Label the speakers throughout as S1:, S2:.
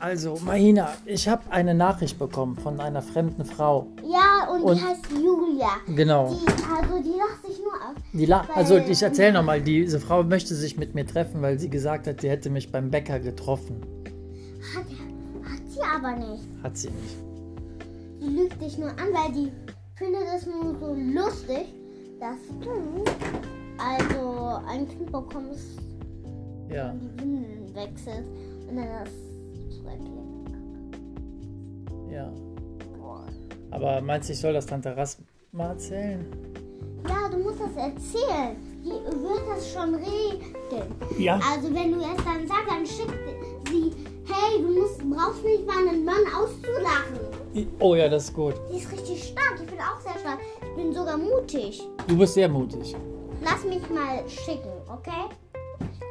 S1: Also, Mahina, ich habe eine Nachricht bekommen von einer fremden Frau.
S2: Ja, und, die
S1: Und-
S2: heißt Julia.
S1: Genau.
S2: Die, also die lacht sich nur ab.
S1: Die La also ich erzähle nochmal, diese Frau möchte sich mit mir treffen, weil sie gesagt hat, sie hätte mich beim Bäcker getroffen.
S2: Hat, hat sie aber nicht.
S1: Hat sie nicht.
S2: Die lügt dich nur an, weil die findet es nur so lustig, dass du also ein Kind bekommst
S1: Ja.
S2: und die Windeln wechselst und dann das zurücklegt.
S1: Ja.
S2: Boah.
S1: Aber meinst du, ich soll das Tante Rasma erzählen?
S2: Ja, du musst das erzählen. Die wird das schon regeln.
S1: Ja.
S2: Also wenn du es dann sagst, dann schickt sie, hey, du musst, brauchst nicht mal einen Mann auszulachen.
S1: Oh ja, das ist gut.
S2: Die ist richtig stark. Ich bin auch sehr stark. Ich bin sogar mutig.
S1: Du bist sehr mutig.
S2: Lass mich mal schicken, okay?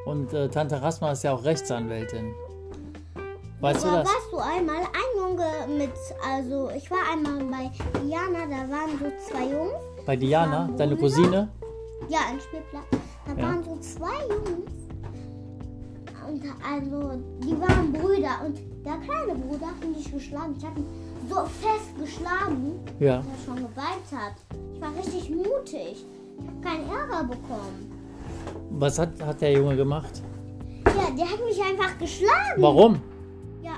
S1: Und äh, Tante Rasma ist ja auch Rechtsanwältin. Weißt du
S2: Aber
S1: das?
S2: warst du einmal ein Junge mit, also ich war einmal bei Diana, da waren so zwei Jungs.
S1: Bei Diana, deine Cousine?
S2: Ja, ein Spielplatz. Da
S1: Ja.
S2: waren so zwei Jungs. Und also, die waren Brüder. Und der kleine Bruder hat mich geschlagen. Ich habe ihn so fest geschlagen,
S1: Ja.
S2: dass er schon geweint hat. Ich war richtig mutig. Ich habe keinen Ärger bekommen.
S1: Was hat, hat der Junge gemacht?
S2: Ja, der hat mich einfach geschlagen.
S1: Warum?
S2: Ja.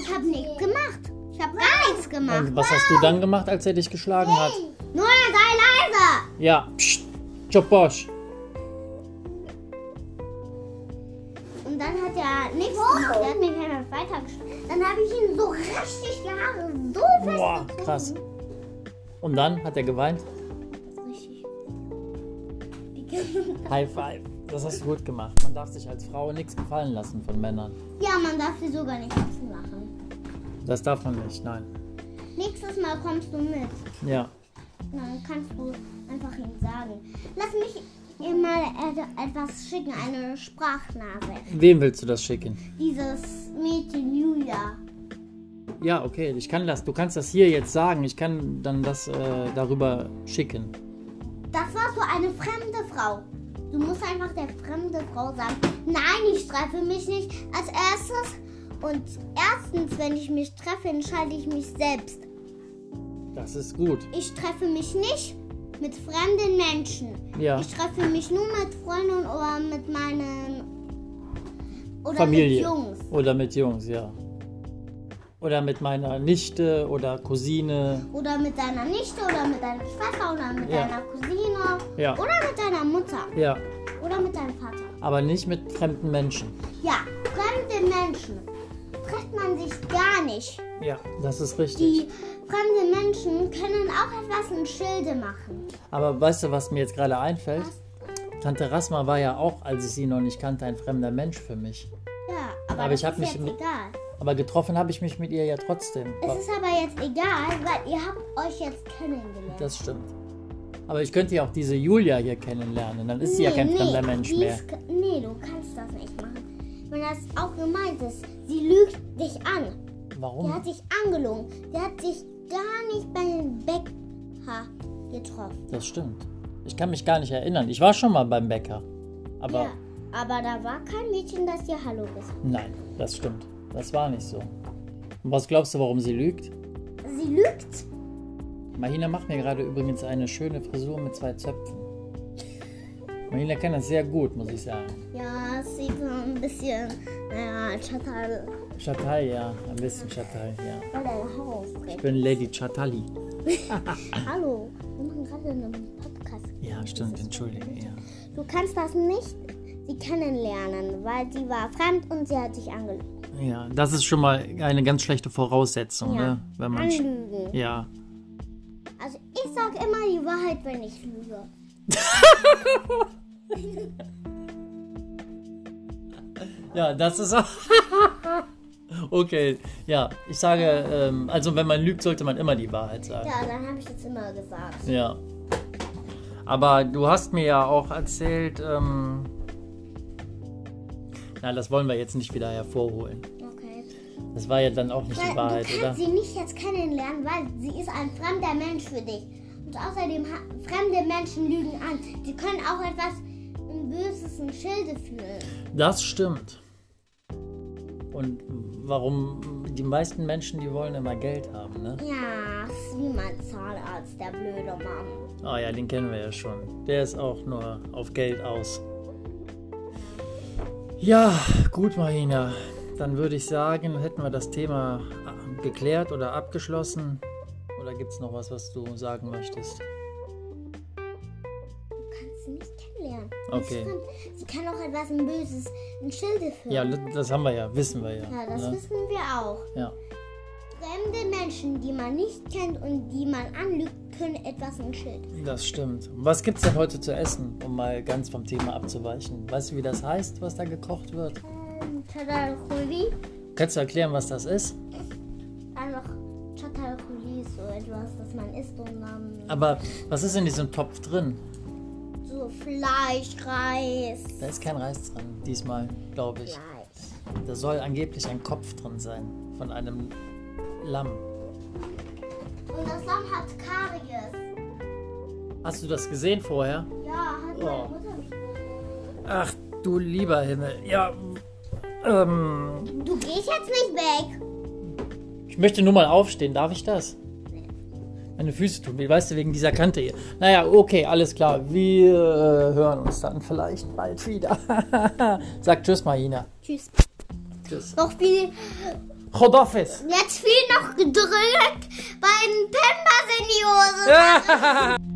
S2: Ich habe nichts gemacht. Ich habe gar nichts gemacht.
S1: Und Also, was hast du dann gemacht, als er dich geschlagen hat?
S2: Nur sei leiser.
S1: Ja. Psst. Tschoposch.
S2: Und dann hat er nichts gemacht. Er hat mich einfach weitergeschlagen. Dann habe ich ihn so richtig die Haare so fest.
S1: Boah, krass. Und dann hat er geweint?
S2: Richtig.
S1: High five. Das hast du gut gemacht. Man darf sich als Frau nichts gefallen lassen von Männern.
S2: Ja, man darf sie sogar nicht essen machen.
S1: Das darf man nicht, nein.
S2: Nächstes Mal kommst du mit.
S1: Ja.
S2: Dann kannst du einfach ihm sagen. Lass mich ihm mal et- etwas schicken, eine Sprachnachricht.
S1: Wem willst du das schicken?
S2: Dieses Mädchen Julia.
S1: Ja, okay, ich kann das. Du kannst das hier jetzt sagen. Ich kann dann das äh, darüber schicken.
S2: Das war so eine fremde Frau. Du musst einfach der fremde Frau sagen, nein, ich treffe mich nicht als erstes. Und erstens, wenn ich mich treffe, entscheide ich mich selbst.
S1: Das ist gut.
S2: Ich treffe mich nicht mit fremden Menschen.
S1: Ja.
S2: Ich treffe mich nur mit Freunden oder mit meinen oder
S1: Familie.
S2: mit Jungs.
S1: Oder mit Jungs, ja. Oder mit meiner Nichte oder Cousine.
S2: Oder mit deiner Nichte oder mit deiner Schwester oder mit
S1: Ja.
S2: deiner Cousine.
S1: Ja.
S2: Oder mit deiner Mutter.
S1: Ja.
S2: Oder mit deinem Vater.
S1: Aber nicht mit fremden Menschen.
S2: Ja, fremde Menschen trifft man sich gar nicht.
S1: Ja. Das ist richtig.
S2: Die fremden Menschen können auch etwas in Schilde machen.
S1: Aber weißt du, was mir jetzt gerade einfällt? Tante Rasma war ja auch, als ich sie noch nicht kannte, ein fremder Mensch für mich.
S2: Ja, aber,
S1: Aber
S2: das
S1: ich hab
S2: ist
S1: mich
S2: jetzt
S1: mit-
S2: egal.
S1: Aber getroffen habe ich mich mit ihr ja trotzdem.
S2: Es ist aber jetzt egal, weil ihr habt euch jetzt kennengelernt.
S1: Das stimmt. Aber ich könnte ja auch diese Julia hier kennenlernen. Dann ist sie ja kein fremder Mensch
S2: die
S1: mehr.
S2: ist ke- nee, du kannst das nicht machen. Wenn das auch gemeint ist, sie lügt dich an. Die
S1: Warum?
S2: hat dich angelogen. Die hat dich gar nicht bei den Bäcker getroffen.
S1: Das stimmt. Ich kann mich gar nicht erinnern. Ich war schon mal beim Bäcker. Aber
S2: ja, aber da war kein Mädchen, das dir Hallo gesagt hat.
S1: nein, das stimmt. Das war nicht so. Und was glaubst du, warum sie lügt?
S2: Sie lügt.
S1: Mahina macht mir gerade übrigens eine schöne Frisur mit zwei Zöpfen. Mahina kann das sehr gut, muss ich sagen.
S2: Ja, es sieht so ein bisschen, naja, Chantal
S1: Chatal, ja. Ein bisschen Chatal, ja.
S2: bei deinem Haus.
S1: Ich bin Lady Chatali.
S2: Hallo, wir machen gerade einen Podcast.
S1: Ja, stimmt. Entschuldige, ja.
S2: Du kannst das nicht sie kennenlernen, weil sie war fremd und sie hat dich angelügt.
S1: Ja, das ist schon mal eine ganz schlechte Voraussetzung,
S2: Ja,
S1: ne? Wenn man.
S2: anlügen.
S1: Ja.
S2: Also ich sag immer die Wahrheit, wenn ich lüge.
S1: Ja, das ist auch. okay, ja, ich sage, ähm, also wenn man lügt, sollte man immer die Wahrheit sagen.
S2: Ja, dann habe ich das immer gesagt.
S1: Ja. Aber du hast mir ja auch erzählt, ähm. Na, das wollen wir jetzt nicht wieder hervorholen.
S2: Okay.
S1: Das war ja dann auch nicht die
S2: Weil,
S1: Wahrheit,
S2: du
S1: oder?
S2: kannst sie nicht jetzt kennenlernen, weil sie ist ein fremder Mensch für dich. Und außerdem, ha- fremde Menschen lügen an. Sie können auch etwas im bösesten Schilde fühlen.
S1: Das stimmt. Und warum die meisten Menschen, die wollen immer Geld haben, ne?
S2: Ja, das ist wie mein Zahnarzt, der blöde Mann.
S1: Ah ja, den kennen wir ja schon. Der ist auch nur auf Geld aus. Ja, gut, Marina. Dann würde ich sagen, hätten wir das Thema äh, geklärt oder abgeschlossen. Oder gibt es noch was, was du sagen möchtest?
S2: Du kannst sie nicht kennenlernen.
S1: Okay.
S2: Sie kann, sie kann auch etwas ein Böses, ein Schilde führen.
S1: Ja, das haben wir ja, wissen wir ja.
S2: Ja, das
S1: ne?
S2: wissen wir auch.
S1: ja.
S2: Fremde Menschen, die man nicht kennt und die man anlügt, können etwas ein Schild.
S1: Das stimmt. Was gibt's denn heute zu essen, um mal ganz vom Thema abzuweichen? Weißt du, wie das heißt, was da gekocht wird?
S2: Ähm, Chatalkuli,
S1: Kannst du erklären, was das ist?
S2: dann noch Chatalkuli ist so etwas, das man isst und dann
S1: Aber was ist in diesem Topf drin?
S2: so Fleisch, Reis.
S1: Da ist kein Reis drin, diesmal, glaube ich.
S2: Fleisch.
S1: Da soll angeblich ein Kopf drin sein von einem Lamm.
S2: Und das Lamm hat Karies.
S1: Hast du das gesehen vorher?
S2: Ja, hat
S1: Oh.
S2: meine Mutter mich.
S1: Ach du lieber Himmel. Ja, ähm,
S2: Du gehst jetzt nicht weg.
S1: Ich möchte nur mal aufstehen, darf ich das? Meine Füße tun weh, weißt du, wegen dieser Kante hier. Naja, okay, alles klar. Wir äh, hören uns dann vielleicht bald wieder. Sag Tschüss, Marina.
S2: Tschüss.
S1: Tschüss.
S2: Noch viel.
S1: Chodofis.
S2: Jetzt viel noch gedrückt bei den Pemba Senioren.